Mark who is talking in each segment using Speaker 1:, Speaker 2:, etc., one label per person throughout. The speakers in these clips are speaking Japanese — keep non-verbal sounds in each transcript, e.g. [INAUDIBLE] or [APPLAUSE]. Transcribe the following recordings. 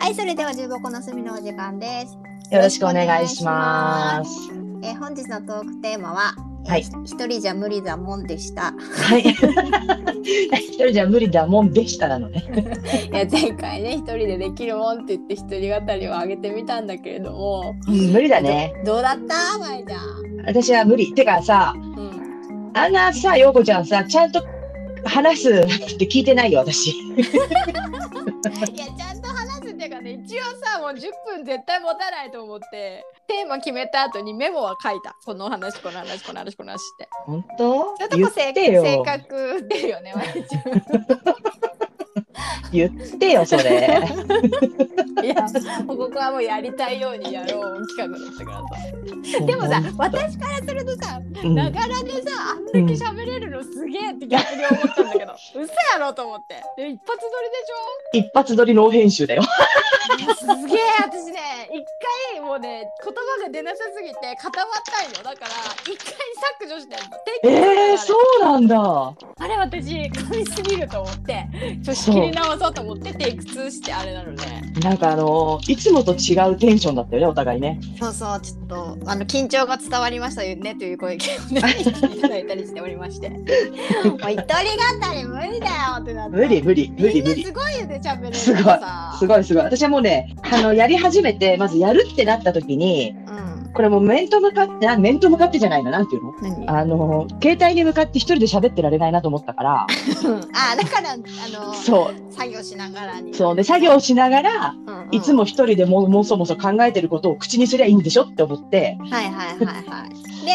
Speaker 1: はい、それでは重箱の隅のお時間です。
Speaker 2: よろしくお願いします。
Speaker 1: えー本日のトークテーマは、えー
Speaker 2: はい
Speaker 1: ひ一人じゃ無理だもんでした。
Speaker 2: はい。一人じゃ無理だもんでしたなのね。
Speaker 1: いや前回ね一人でできるもんって言って一人語りをあげてみたんだけれども、
Speaker 2: うん無理だね。
Speaker 1: どうだったまいちゃん。
Speaker 2: 私は無理。てかさ、 [LAUGHS]
Speaker 1: うん、
Speaker 2: あんなさ、ようこちゃんさ、ちゃんと話すって聞いてないよ、私。
Speaker 1: いやちゃんと話すっていうかね一応さもう10分絶対持たないと思ってテーマ決めた後にメモは書いたこの話この話この話この話って
Speaker 2: 本当
Speaker 1: そういう
Speaker 2: 言
Speaker 1: と
Speaker 2: っ
Speaker 1: こ性
Speaker 2: てよ
Speaker 1: 性。格出るよねまいちゃん
Speaker 2: 言ってよ、それ。 [LAUGHS]
Speaker 1: いや、もうここはもうやりたいようにやろう企画だったからさ。 [LAUGHS] でもさ、私からするとさ、
Speaker 2: うん、
Speaker 1: ながらでさ、あんだけ喋れるのすげえって逆に思ったんだけど、嘘やろと思って。で一発
Speaker 2: [LAUGHS] 一発撮りノー編集だよ。
Speaker 1: 撮りでしょすげえ、私ね、一回もうね、言葉が出なさすぎて固まったんよ。だから、一回削除してんの。
Speaker 2: え
Speaker 1: え
Speaker 2: ー、そうなんだ。
Speaker 1: あれ私、噛みすぎると思って、ちょっと
Speaker 2: そう
Speaker 1: 切り直そうと思って、テイク2してあれなので、
Speaker 2: なんかあのいつもと違うテンションだったよね、お互いね。
Speaker 1: そうそう、ちょっと、あの緊張が伝わりましたよねという声をね、いただいたりしておりま
Speaker 2: [LAUGHS]
Speaker 1: して。もう一人語り無理だよってなって。
Speaker 2: 無理無理無理無
Speaker 1: みん
Speaker 2: 理
Speaker 1: な。すごいよね、喋れるの
Speaker 2: すごい
Speaker 1: さ。
Speaker 2: す
Speaker 1: い。
Speaker 2: ごいすごい。私はもうね、あの、やり始めて、まずやるってなった時に、
Speaker 1: うん。
Speaker 2: これもう面と向かって、な面と向かってじゃないの、なんていうの
Speaker 1: 何？あ、
Speaker 2: あの、携帯に向かって一人で喋ってられないなと思ったから、
Speaker 1: [LAUGHS] あだからあの
Speaker 2: そ
Speaker 1: 作業しながらに。
Speaker 2: う、そうで、作業をしながら、
Speaker 1: うんうん
Speaker 2: いつ。も一人でも、もそもそ考えてることを口にすりゃいいんでしょって思って、
Speaker 1: はいはいはいはい。で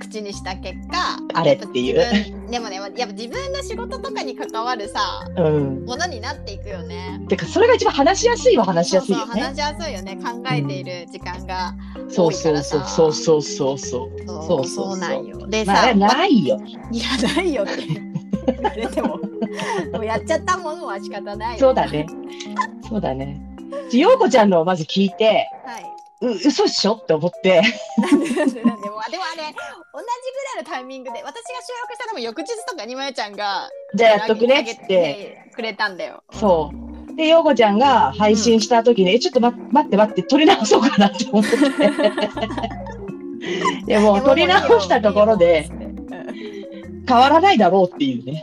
Speaker 1: 口にした結果、
Speaker 2: あれっていう
Speaker 1: やぱ自分でもね、やっぱ自分の仕事とかに関わるさ
Speaker 2: うん。
Speaker 1: ものになっていくよね。
Speaker 2: てか、それが一番話しやすいは話しやすいよ
Speaker 1: そうそう
Speaker 2: ね。
Speaker 1: 話しやすいよね。考えている時間が。
Speaker 2: そう
Speaker 1: そ
Speaker 2: そう
Speaker 1: そ
Speaker 2: うそう
Speaker 1: そ
Speaker 2: うそううそうそうそう。
Speaker 1: そ
Speaker 2: そううそう
Speaker 1: そうなんよ。でさ、
Speaker 2: まあ、あれはないよ。
Speaker 1: いやないよって言われても、もうやっちゃったものは仕方ないよ。
Speaker 2: そうだね。そうだね。ようこちゃんのをまず聞いて、
Speaker 1: はい。
Speaker 2: う、嘘っしょって思 [LAUGHS] って。
Speaker 1: なんでなんでなんでもあでもあれ同じぐらいのタイミングで私が収録したのも翌日とかにまゆちゃんが
Speaker 2: じゃあやっとくねっつって。
Speaker 1: くれたんだよ。
Speaker 2: そう。で、ようこちゃんが配信した時に、え、ちょっとま待って待って、撮り直そうかなって思 [LAUGHS] って。でも、撮り直したところで、
Speaker 1: うん
Speaker 2: 変わらないだろうっていうね。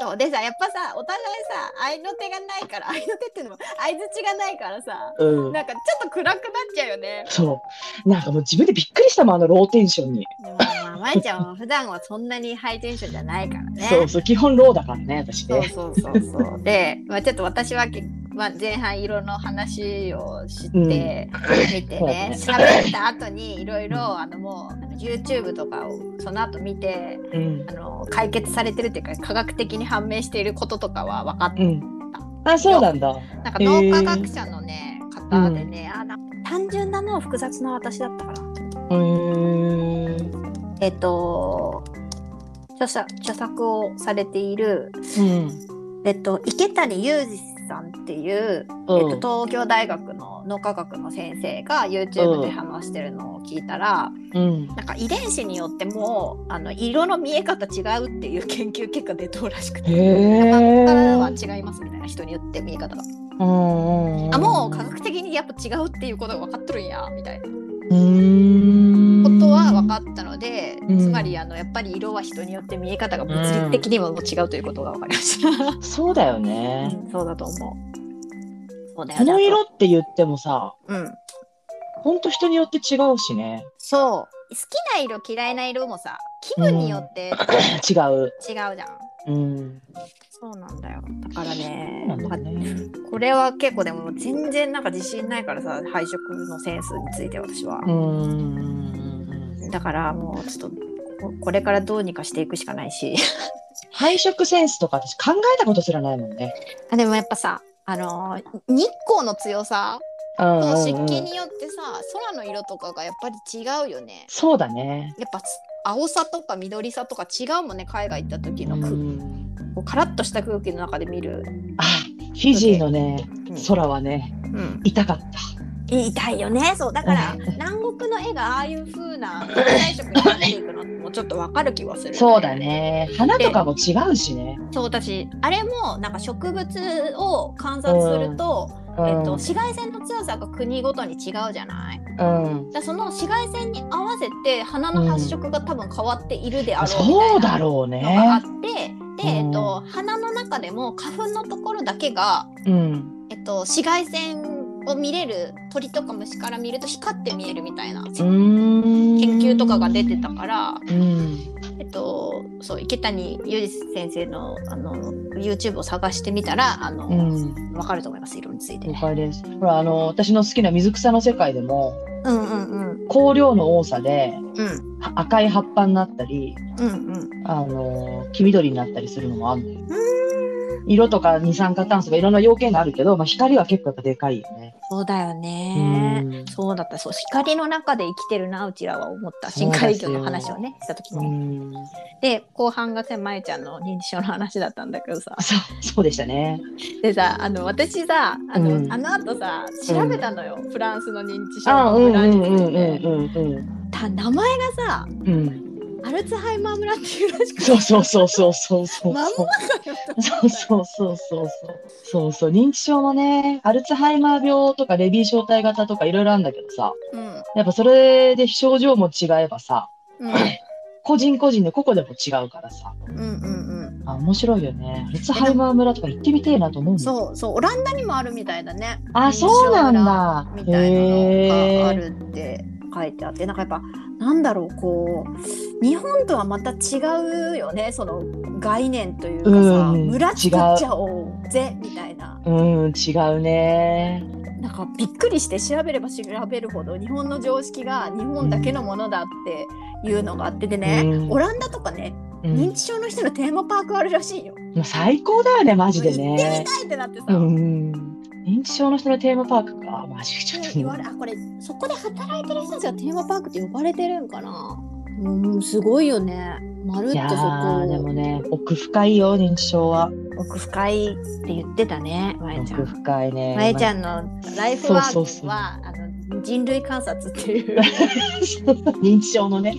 Speaker 1: そうでさやっぱさお互いさ愛の手がないから愛の手っていうのも相づちがないからさ
Speaker 2: うん。
Speaker 1: なんかちょっと暗くなっちゃうよね。
Speaker 2: そう。なんかもう自分でびっくりしたもん、あのローテンションに。
Speaker 1: でもまあまゆちゃんは普段はそんなにハイテンションじゃないからね。
Speaker 2: そうそう、基本ローだからね、私
Speaker 1: そう
Speaker 2: ね。
Speaker 1: そうそうそう。で、まあ、ちょっと私はけ、まあ、前半いろんな話を知って、
Speaker 2: うん
Speaker 1: 見て
Speaker 2: そう
Speaker 1: ね
Speaker 2: ね
Speaker 1: 喋った後にいろいろあのもうあの YouTube とかをその後見て
Speaker 2: うん
Speaker 1: あ。の解決されてるっていうか科学的に判明していることとかは分かっ
Speaker 2: うん。あ、そうなんだ。
Speaker 1: なんか
Speaker 2: へ
Speaker 1: 脳
Speaker 2: ー
Speaker 1: 科学者のね方でね、あなんか単純なの複雑な私だったから
Speaker 2: うーん。
Speaker 1: えっ、と著作著作をされている、
Speaker 2: うん。
Speaker 1: えっと、池谷裕二さんっていうえっと、東京大学の脳科学の先生が YouTube で話してるのを聞いたら、
Speaker 2: うん。
Speaker 1: なんか遺伝子によってもあの色の見え方違うっていう研究結果出とうらしくて。
Speaker 2: へ
Speaker 1: 他からは
Speaker 2: ぇ
Speaker 1: 違いますみたいな人によって見え方が、
Speaker 2: ー。
Speaker 1: あ
Speaker 2: あ
Speaker 1: もう科学的にやっぱ違うっていうことが分かっとるんやみたいなこ
Speaker 2: うーん。
Speaker 1: とは分かったので、
Speaker 2: うん
Speaker 1: つまりあのやっぱり色は人によって見え方が物理的にももう違うということが分かりました、
Speaker 2: そうだよね。
Speaker 1: [LAUGHS] うんそうだと思うそうだよ
Speaker 2: こ
Speaker 1: ね
Speaker 2: の色って言ってもさ、
Speaker 1: うん
Speaker 2: ほんと人によって違うし [LAUGHS] ね。
Speaker 1: そう好きな色嫌いな色もさ気分によって
Speaker 2: 違う。
Speaker 1: 違うじゃん、
Speaker 2: うん。
Speaker 1: そうなんだよだから
Speaker 2: な
Speaker 1: ね
Speaker 2: んだね。
Speaker 1: これは結構でも全然なんか自信ないからさ配色のセンスについて私は、
Speaker 2: うん。
Speaker 1: だからもうちょっとここれからどうにかしていくしかないし [LAUGHS]
Speaker 2: 配色センスとか私考えたことすらないもんね。
Speaker 1: あでもやっぱさあのー日光の強さ
Speaker 2: うん
Speaker 1: の湿
Speaker 2: うんうん
Speaker 1: 気によってさ空の色とかがやっぱり違うよね
Speaker 2: そうだね。
Speaker 1: やっぱ青さとか緑さとか違うもんね海外行った時の
Speaker 2: う
Speaker 1: 空
Speaker 2: ん
Speaker 1: こうカラッとした空気の中で見る、
Speaker 2: あ、フィジーのね、
Speaker 1: うん
Speaker 2: 空はね、
Speaker 1: うん、
Speaker 2: 痛かった。
Speaker 1: 言いたいよねそうだから
Speaker 2: [LAUGHS] う
Speaker 1: 南国の絵がああいう風
Speaker 2: [LAUGHS]
Speaker 1: な現代色になっていくのもちょっとわかる気はする、
Speaker 2: そうだね。花とかも違うしね。
Speaker 1: そう私あれもなんか植物を観察すると、
Speaker 2: うん
Speaker 1: えっと、紫外線の強さが国ごとに違うじゃないだか
Speaker 2: うん。
Speaker 1: らその紫外線に合わせて花の発色が多分変わっているであろうみたいな
Speaker 2: そうだろう
Speaker 1: のがあっ
Speaker 2: ね。
Speaker 1: て、で、
Speaker 2: うん
Speaker 1: えっと、花の中でも花粉のところだけが、
Speaker 2: うん。
Speaker 1: えっと、紫外線を見れる鳥とか虫から見ると光って見えるみたいな
Speaker 2: う
Speaker 1: 研
Speaker 2: ん。
Speaker 1: 究とかが出てた。から、
Speaker 2: うん。
Speaker 1: えっと、そう池谷裕二先生のあの YouTube を探してみたらあの、
Speaker 2: う
Speaker 1: わ
Speaker 2: ん。
Speaker 1: かると思います色について
Speaker 2: 了。解です。ほら、あの、私の好きな水草の世界でも、
Speaker 1: うんうんうん
Speaker 2: 香料の多さで
Speaker 1: うん
Speaker 2: は赤い葉っぱになったり、
Speaker 1: うんうん
Speaker 2: あの、黄緑になったりするのもあるんだよ。色とか二酸化炭素がいろんな要件があるけど、まあ、光は結構やっぱでかいよね。
Speaker 1: そうだよね。そうだったそう光の中で生きてるなうちらは思った深海魚の話をねした時
Speaker 2: う
Speaker 1: に。
Speaker 2: ん。うん
Speaker 1: で後半がまえちゃんの認知症の話だったんだけどさ [LAUGHS]
Speaker 2: そう、そうでしたね。
Speaker 1: でさあの私さあの,、
Speaker 2: うん
Speaker 1: あの後さ調べたのよ、フランスの認知症
Speaker 2: あ、
Speaker 1: の
Speaker 2: うん、う
Speaker 1: 村に
Speaker 2: ん、う
Speaker 1: つい
Speaker 2: ん、
Speaker 1: て。
Speaker 2: うん、うん、
Speaker 1: た名前がさ
Speaker 2: うん。
Speaker 1: アルツハイマー村っていうらしくて
Speaker 2: そう、そう、そう、そう、そう、そう。
Speaker 1: まんまだよ
Speaker 2: そうそうそうそうそうそうそう認知症もねアルツハイマー病とかレビー小体型とかいろいろあるんだけどさ
Speaker 1: うん
Speaker 2: やっぱそれで症状も違えばさ
Speaker 1: うん
Speaker 2: 個人個人で個々でも違うからさ
Speaker 1: うんうんうん
Speaker 2: あ面白いよねアルツハイマー村とか行ってみてえなと思うんだ
Speaker 1: そうそうオランダにもあるみたいだね
Speaker 2: あそうなんだ
Speaker 1: みたいなのがあ
Speaker 2: へえ
Speaker 1: るって書いてあってなんかやっぱなんだろうこう日本とはまた違うよねその概念というかさ、
Speaker 2: うん
Speaker 1: 村作っちゃおうぜみたいな
Speaker 2: うん違うね
Speaker 1: なんかびっくりして調べれば調べるほど日本の常識が日本だけのものだっていうのがあってでね、
Speaker 2: うん
Speaker 1: オランダとかね
Speaker 2: う
Speaker 1: 認
Speaker 2: ん
Speaker 1: 知症の人のテーマパークあるらしいよ。
Speaker 2: もう最高だよねマジで
Speaker 1: 行ってみ
Speaker 2: ね
Speaker 1: たいってなってさ、
Speaker 2: うん認知症の人のテーマパークかマジでちょっ
Speaker 1: ね
Speaker 2: と
Speaker 1: 言われあこれそこで働いてる人たちがテーマパークって呼ばれてるんかなうんすごいよねまるっ
Speaker 2: いや
Speaker 1: とそ
Speaker 2: ーでも
Speaker 1: こ
Speaker 2: ね奥深いよ認知症は。
Speaker 1: 奥深いって言ってたねまえちゃ
Speaker 2: 奥
Speaker 1: ん
Speaker 2: 深いね。
Speaker 1: まえちゃ
Speaker 2: ん。
Speaker 1: んのライフワ
Speaker 2: そう
Speaker 1: ー
Speaker 2: そうそ
Speaker 1: ク
Speaker 2: う
Speaker 1: はあの人類観察っていう
Speaker 2: [LAUGHS] 認知症のね。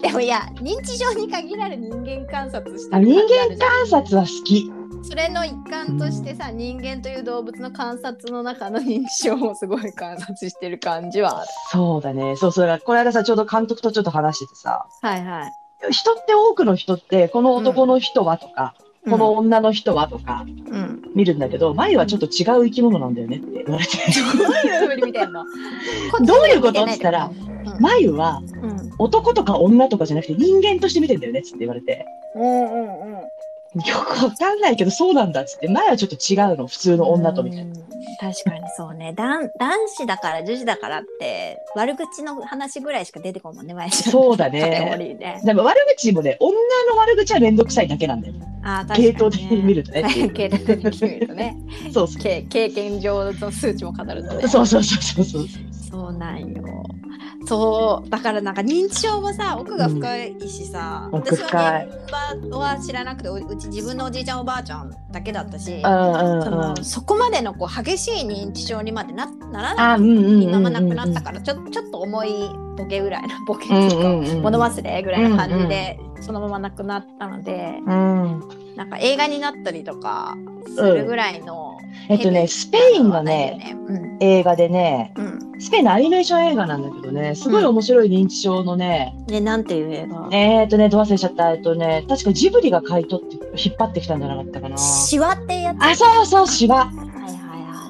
Speaker 1: でもいや認知症に限られる人間観察して
Speaker 2: あ
Speaker 1: る
Speaker 2: 人
Speaker 1: 感じある
Speaker 2: 間
Speaker 1: じゃん
Speaker 2: 観察は好き。
Speaker 1: それの一環としてさ人間という動物の観察の中の認知症をすごい観察してる感じはある
Speaker 2: そうだね。そうそう。だからこの間さ、ちょうど監督とちょっと話しててさ、
Speaker 1: はいはい
Speaker 2: 人って多くの人って、この男の人はとか、この女の人はとか
Speaker 1: うん、うん
Speaker 2: 見るんだけど、前はちょっと違う生き物なんだよねって言われて。
Speaker 1: どういうふうに見てんの
Speaker 2: [LAUGHS] どういうことっつったら [LAUGHS]
Speaker 1: う
Speaker 2: 前は
Speaker 1: ん、うん、
Speaker 2: 男とか女とかじゃなくて人間として見てんだよねっつって言われて。
Speaker 1: うんうんうん
Speaker 2: よくわかんないけどそうなんだっつって、前はちょっと違うの、普通の女とみ
Speaker 1: [LAUGHS]
Speaker 2: たいな。
Speaker 1: な確かにそうね男男子だから女子だからって悪口の話ぐらいしか出てこんもんね前
Speaker 2: そうだ
Speaker 1: カ
Speaker 2: [LAUGHS]
Speaker 1: テゴ
Speaker 2: ね。
Speaker 1: リーで
Speaker 2: でも悪口もね、女の悪口はめんどくさいだけなんだよ。
Speaker 1: あー確かに、
Speaker 2: 系
Speaker 1: ね、
Speaker 2: 統的に見
Speaker 1: る
Speaker 2: るとね。
Speaker 1: [LAUGHS] 系統的に見るとね
Speaker 2: そうそ
Speaker 1: け経験上の数値も語るとね
Speaker 2: う。そうそうそ
Speaker 1: [LAUGHS]
Speaker 2: うそうそう。
Speaker 1: そうなんよそうだからなんか認知症もさ奥が深いしさ、
Speaker 2: うん
Speaker 1: 私
Speaker 2: 奥深
Speaker 1: は、
Speaker 2: い
Speaker 1: ね、現場は知らなくてううち自分のおじいちゃんおばあちゃんだけだったし
Speaker 2: うんうん
Speaker 1: そ
Speaker 2: うん
Speaker 1: の。そこまでのこう激しい認知症にまでなならな
Speaker 2: あ、うんうんうんうん。
Speaker 1: 今まなくなったからちょちょっと重いボケぐらいなボケっていうか、
Speaker 2: うんうんうん
Speaker 1: 物忘れぐらいな感じで、そのままなくなったので
Speaker 2: うん。
Speaker 1: なんか映画になったりとかするぐらいの、
Speaker 2: えっとね、スペインのね、
Speaker 1: ヘビーなのはないよね
Speaker 2: 映画でね、
Speaker 1: うん
Speaker 2: スペインのアニメーション映画なんだけどね、すごい面白い認知症のね、
Speaker 1: うん、でなんていう映画
Speaker 2: えっとね、どう忘れちゃった、えっとね、確かジブリが買い取って、引っ張ってきたんじゃなかったかな。
Speaker 1: シワってやつ
Speaker 2: あ、そうそう、シワ。
Speaker 1: はいはいはい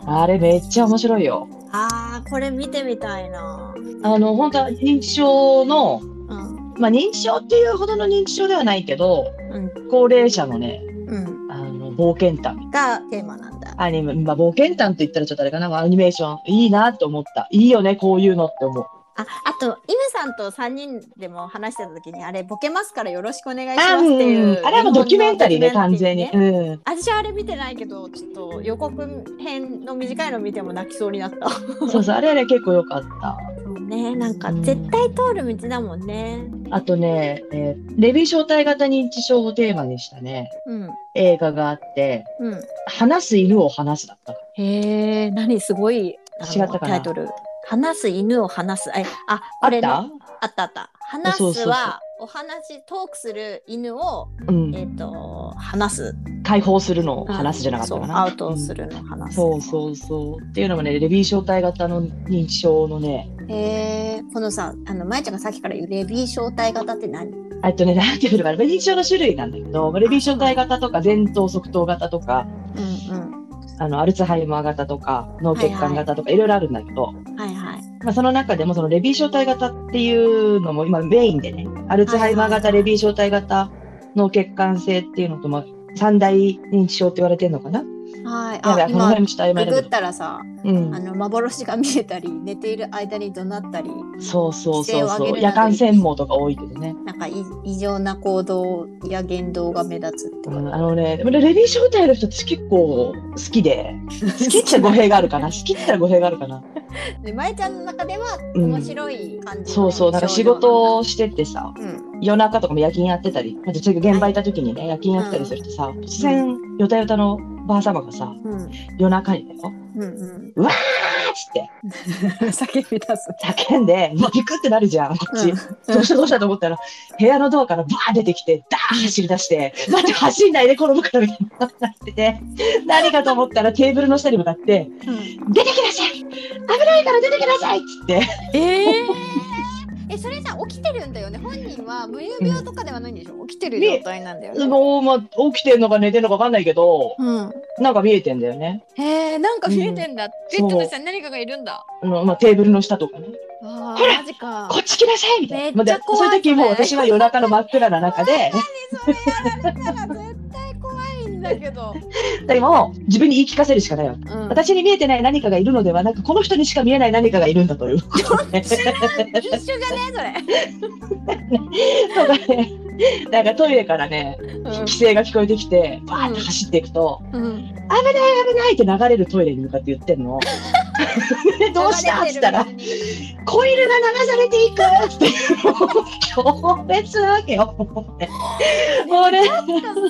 Speaker 2: あれめっちゃ面白いよ。
Speaker 1: あーこれ見てみたいな
Speaker 2: あの、本当は認知症の、
Speaker 1: うん
Speaker 2: まあ認知症っていうほどの認知症ではないけど、
Speaker 1: うん
Speaker 2: 高齢者のね、
Speaker 1: うん
Speaker 2: あの冒険探
Speaker 1: がテーマなんだ
Speaker 2: アニメ、まあ、冒険探って言ったらちょっとあれかなまあアニメーションいいなと思ったいいよねこういうのって思う
Speaker 1: ああとイムさんと3人でも話してた時にあれボケますからよろしくお願いし
Speaker 2: あ,、
Speaker 1: ますっていう、
Speaker 2: あれはもうドキュメンタリーね
Speaker 1: 日本
Speaker 2: 完
Speaker 1: のドキュメ
Speaker 2: 全
Speaker 1: ン
Speaker 2: に、
Speaker 1: タリーね
Speaker 2: うん、
Speaker 1: 私はあれ見てないけどちょっと予告編の短いの見ても泣きそうになった
Speaker 2: そうそうあれはね結構良かった
Speaker 1: そうねなんか
Speaker 2: うん
Speaker 1: 絶対通る道だもんね
Speaker 2: あとね、えーレビー小体型認知症をテーマにしたね
Speaker 1: うん
Speaker 2: 映画があって
Speaker 1: うん
Speaker 2: 「話す犬を話す」だったか
Speaker 1: へえ何すごいあ
Speaker 2: 違った
Speaker 1: の
Speaker 2: か
Speaker 1: タイ
Speaker 2: な
Speaker 1: トル「話す犬を話す」えあ
Speaker 2: あ
Speaker 1: こ
Speaker 2: っ
Speaker 1: れ
Speaker 2: た
Speaker 1: のあったあった「話
Speaker 2: そうそう
Speaker 1: す
Speaker 2: そう
Speaker 1: は」お話トークする犬を、
Speaker 2: うん
Speaker 1: えっと話す
Speaker 2: 解放するのを話すじゃなかったか
Speaker 1: そう
Speaker 2: な。
Speaker 1: アウトす
Speaker 2: る。
Speaker 1: るの話す、
Speaker 2: そうそうそう。っていうのもね、レビー小体型の認知症のね、
Speaker 1: えー、このさあのまいちゃんがさっきから言うレビー小体型って何
Speaker 2: えっとね、なんていうのかな、認知症の種類なんだけど、レビー小体型とか前頭側頭型とか、
Speaker 1: うん
Speaker 2: あのアルツハイマー型とか、脳血管型とか、いろいろあるんだけど、
Speaker 1: うんはいはい
Speaker 2: まあ、その中でもそのレビー小体型っていうのも今メインでね、アルツハイマー型、レビー小体型、脳血管性っていうのとも、三大認知症って言われてるのかな
Speaker 1: はいあ
Speaker 2: なんかこの
Speaker 1: 今
Speaker 2: 辺もちょっと曖昧
Speaker 1: グ
Speaker 2: だ
Speaker 1: グ
Speaker 2: け
Speaker 1: っ
Speaker 2: ど。
Speaker 1: たらさ
Speaker 2: う
Speaker 1: あ
Speaker 2: ん。
Speaker 1: の幻が見えたり寝ている間に怒鳴ったり
Speaker 2: そうそう
Speaker 1: 規制
Speaker 2: そう
Speaker 1: を上
Speaker 2: そ
Speaker 1: げ
Speaker 2: う。
Speaker 1: るな
Speaker 2: 夜
Speaker 1: ど
Speaker 2: 間専門とか多いけどね。
Speaker 1: なんかい異常な行動や言動が目立つって
Speaker 2: う
Speaker 1: こと
Speaker 2: んあのね、でもねレビー小体の人って結構好きで、好きっちゃ語弊があるかな。好きっちゃ語弊があるかな。
Speaker 1: でまえちゃんの中では
Speaker 2: うん
Speaker 1: 面白い感じの
Speaker 2: そうそう、なんか仕事をしてってさ、
Speaker 1: うん
Speaker 2: 夜中とかも夜勤やってたり、あとちょっと現場いた時にね、夜勤やってたりするとさ、突然、よたよたのばあ様がさ、
Speaker 1: うん
Speaker 2: 夜中にだよ、
Speaker 1: うん
Speaker 2: あっつって
Speaker 1: うん [LAUGHS] 叫び出す
Speaker 2: 叫んで、もうビクってなるじゃん、こっち。
Speaker 1: うん
Speaker 2: どうしたどうしたと思ったら、部屋のドアからバー出てきて、ダーン走り出して、待って、走んないで、転ぶからみたいななってて、何かと思ったらテーブルの下に向かって、出てきなさい危ないから出てきなさいっつって。
Speaker 1: え [LAUGHS] えそれさ起きてるんだよね本人は無遊病とかではないんでしょ起きてる状態なんだよね
Speaker 2: もう、まあ、起きてんのか寝てんのか分かんないけど、
Speaker 1: うん
Speaker 2: なんか見えてんだよね。
Speaker 1: へえなんか見えてんだベッドの下に何かがいるんだ
Speaker 2: あのまあ、テーブルの下とかね。
Speaker 1: あ
Speaker 2: ほら
Speaker 1: ーマジか
Speaker 2: こっち来なさいみたい
Speaker 1: め
Speaker 2: な。
Speaker 1: っちゃ怖い
Speaker 2: でそういう時もう私は夜中の真っ暗な中で、
Speaker 1: それやられたら絶対怖いんだけど、
Speaker 2: でも自分に言い聞かせるしかないわけ。
Speaker 1: うん
Speaker 2: 私に見えてない何かがいるのではなく、この人にしか見えない何かがいるんだという。 [LAUGHS]
Speaker 1: 一緒じゃね
Speaker 2: とかね、なんかトイレからね、
Speaker 1: え
Speaker 2: 規制が聞こえてきて、バーって走っていくと、
Speaker 1: それ、うん、
Speaker 2: 危ないって流れるトイレに向かって言っ
Speaker 1: [LAUGHS]
Speaker 2: てんの。 [LAUGHS] でどうしたっつったら、コイルが流されていくって、もう強烈なわけよ。もうねもうね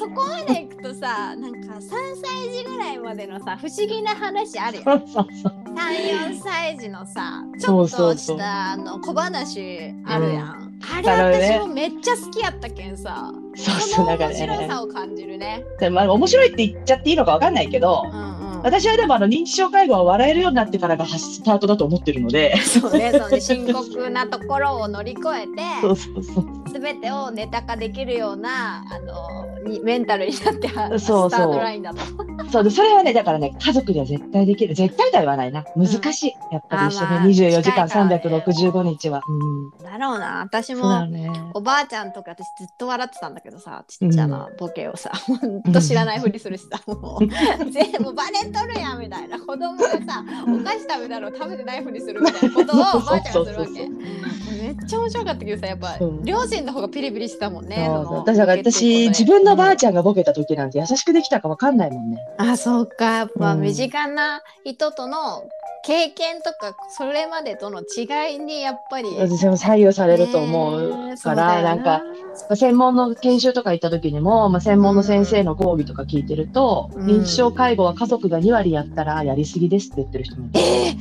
Speaker 1: そこまで行くとさなんか3歳児ぐらいまでのさ不思議な話あるよ
Speaker 2: そうそうそう
Speaker 1: 34歳児のさち
Speaker 2: そ
Speaker 1: ょ
Speaker 2: う
Speaker 1: っ
Speaker 2: そう
Speaker 1: と
Speaker 2: そう
Speaker 1: したあの小話あるやん、
Speaker 2: あ
Speaker 1: あ
Speaker 2: る
Speaker 1: れ
Speaker 2: ね
Speaker 1: 私もめっちゃ好きやったけんさ
Speaker 2: そう
Speaker 1: そ
Speaker 2: そう、
Speaker 1: の
Speaker 2: なんか
Speaker 1: 面白
Speaker 2: ね
Speaker 1: さを感じるね
Speaker 2: でもあの面白いって言っちゃっていいのかわかんないけど
Speaker 1: う、んうん
Speaker 2: 私はでもあの認知症介護は笑えるようになってからが発スタートだと思ってるので、
Speaker 1: そうねその深刻なところを乗り越えて
Speaker 2: そうそうそう。
Speaker 1: 全てをネタ化できるようなあのにメンタルになっては
Speaker 2: そうそう
Speaker 1: スタートラインだと
Speaker 2: そうでそれはねだからね家族には絶対できる絶対とは言わないな難しい、やっぱり一緒
Speaker 1: あーまあ
Speaker 2: に24
Speaker 1: 近い
Speaker 2: 時間
Speaker 1: からね
Speaker 2: 365日は、う
Speaker 1: だろうな私
Speaker 2: ん、そうだ
Speaker 1: も
Speaker 2: よね
Speaker 1: おばあちゃんとか私ずっと笑ってたんだけどさちっちゃなボケをさ、
Speaker 2: [LAUGHS]
Speaker 1: ほんと知らないふりするしさ、もう全部バレとるやんみたいな子供がさお菓子食べたの食べてないふりするみたいなことをおばあちゃんがするわ
Speaker 2: そうそうそうそ
Speaker 1: けめっちゃ面白かったけどさやっぱ
Speaker 2: そう
Speaker 1: 両親の方がピリピリしてたもんね
Speaker 2: そ
Speaker 1: そ
Speaker 2: うそう
Speaker 1: の
Speaker 2: だから私自分のばあちゃんがボケた時なんて優しくできたかわかんないもんね
Speaker 1: あそうかやっぱ
Speaker 2: うん
Speaker 1: 身近な人との経験とかそれまでとの違いにやっぱり
Speaker 2: 私も左右されると思
Speaker 1: ね
Speaker 2: う
Speaker 1: え
Speaker 2: か
Speaker 1: そう
Speaker 2: ら、
Speaker 1: だよ
Speaker 2: なんか専門の研修とか行った時にも、まあ、専門の先生の講義とか聞いてると、
Speaker 1: うん
Speaker 2: 認知症介護は家族が2割やったらやりすぎですって言ってる人もいて
Speaker 1: ええ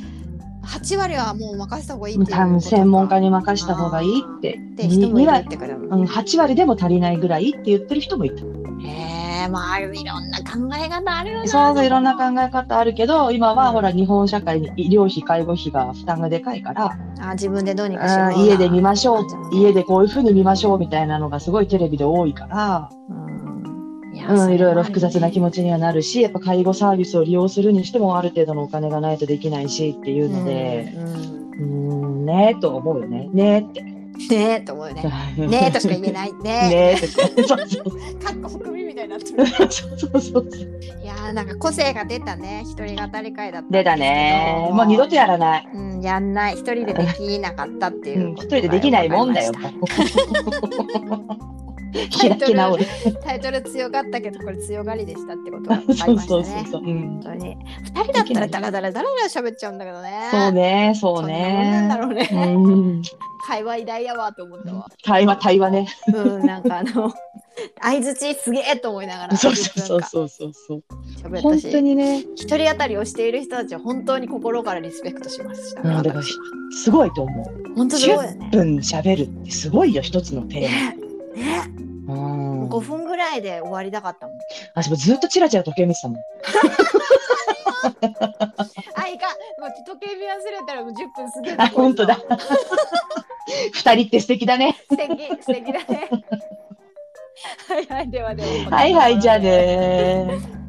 Speaker 1: 8割はもう任せた方がいい
Speaker 2: もう
Speaker 1: っていうこと
Speaker 2: 単
Speaker 1: か
Speaker 2: 専門家に任した方がいいって
Speaker 1: って人もい
Speaker 2: 2
Speaker 1: るっ
Speaker 2: 割
Speaker 1: てことだも
Speaker 2: うんん、
Speaker 1: ね
Speaker 2: 8割でも足りないぐらいって言ってる人もいた。
Speaker 1: へえまあいろんな考え方あるよね
Speaker 2: そうそういろんな考え方あるけど、今は
Speaker 1: うん
Speaker 2: ほら日本社会に医療費、介護費が負担がでかいから、
Speaker 1: あ自分でどうにかしよう
Speaker 2: あ
Speaker 1: な
Speaker 2: ー家で見ましょう
Speaker 1: 感じも、ね
Speaker 2: 家でこういうふうに見ましょうみたいなのがすごいテレビで多いから、
Speaker 1: うんや
Speaker 2: う
Speaker 1: そ
Speaker 2: ん、
Speaker 1: れ
Speaker 2: いろいろ
Speaker 1: もあるね
Speaker 2: 複雑な気持ちにはなるし、やっぱ介護サービスを利用するにしてもある程度のお金がないとできないしっていうので、
Speaker 1: うんうん
Speaker 2: うーん、ねえと思うよね。ねえって。
Speaker 1: ねえと思うよねねえとしか言え
Speaker 2: [LAUGHS]
Speaker 1: ないね
Speaker 2: ねえって。そうそう
Speaker 1: えかっこ含みみたいになってる
Speaker 2: [LAUGHS] そうそうそう。
Speaker 1: いやーなんか個性が出たね一人語り会だったんですけど
Speaker 2: 出たね。もう二度とやらない。、
Speaker 1: うんやんない一人でできなかったっていううんこ
Speaker 2: 一
Speaker 1: と
Speaker 2: 人
Speaker 1: が
Speaker 2: でできないもんだよ。
Speaker 1: わかり
Speaker 2: もう開き直る。
Speaker 1: ましたタイトル強かったけどこれ強がりでしたってことが分か
Speaker 2: [LAUGHS] そ
Speaker 1: り
Speaker 2: う
Speaker 1: まし
Speaker 2: そ
Speaker 1: た
Speaker 2: うそう
Speaker 1: ね
Speaker 2: そう。うん
Speaker 1: 本当に二人だったらダラダラダラダラ喋っちゃうんだけどね
Speaker 2: そうね、そ
Speaker 1: そうなんだ
Speaker 2: ね。
Speaker 1: ろう
Speaker 2: う
Speaker 1: ね
Speaker 2: ん、
Speaker 1: 会話偉大やわと思ったわ
Speaker 2: 対話対話ね。
Speaker 1: [LAUGHS] うんなんかあの相槌すげえと思いながら
Speaker 2: そうそ
Speaker 1: 10分
Speaker 2: うそう
Speaker 1: 間
Speaker 2: そうそうそう。
Speaker 1: 喋った
Speaker 2: 本
Speaker 1: し
Speaker 2: 当にね、
Speaker 1: 一人当たりをしている人たちを本当に心からリスペクトしました、
Speaker 2: うんだから
Speaker 1: 私は
Speaker 2: すごいと思う。
Speaker 1: 本当すごいよね
Speaker 2: 10分喋るってすごいよ、一つの
Speaker 1: ね
Speaker 2: テ
Speaker 1: ね
Speaker 2: ーマ。うん
Speaker 1: 5分ぐらいで終わりたかったもん
Speaker 2: 私もずっとチラチラ時計見て
Speaker 1: [LAUGHS]
Speaker 2: たもん。
Speaker 1: あいかんもう時計見忘れたらもう10分過ぎ
Speaker 2: あ、本
Speaker 1: [LAUGHS]
Speaker 2: 当だ。二人って素敵だね。
Speaker 1: 素敵素敵だねはいはいではでは
Speaker 2: はいはい、じゃあねー。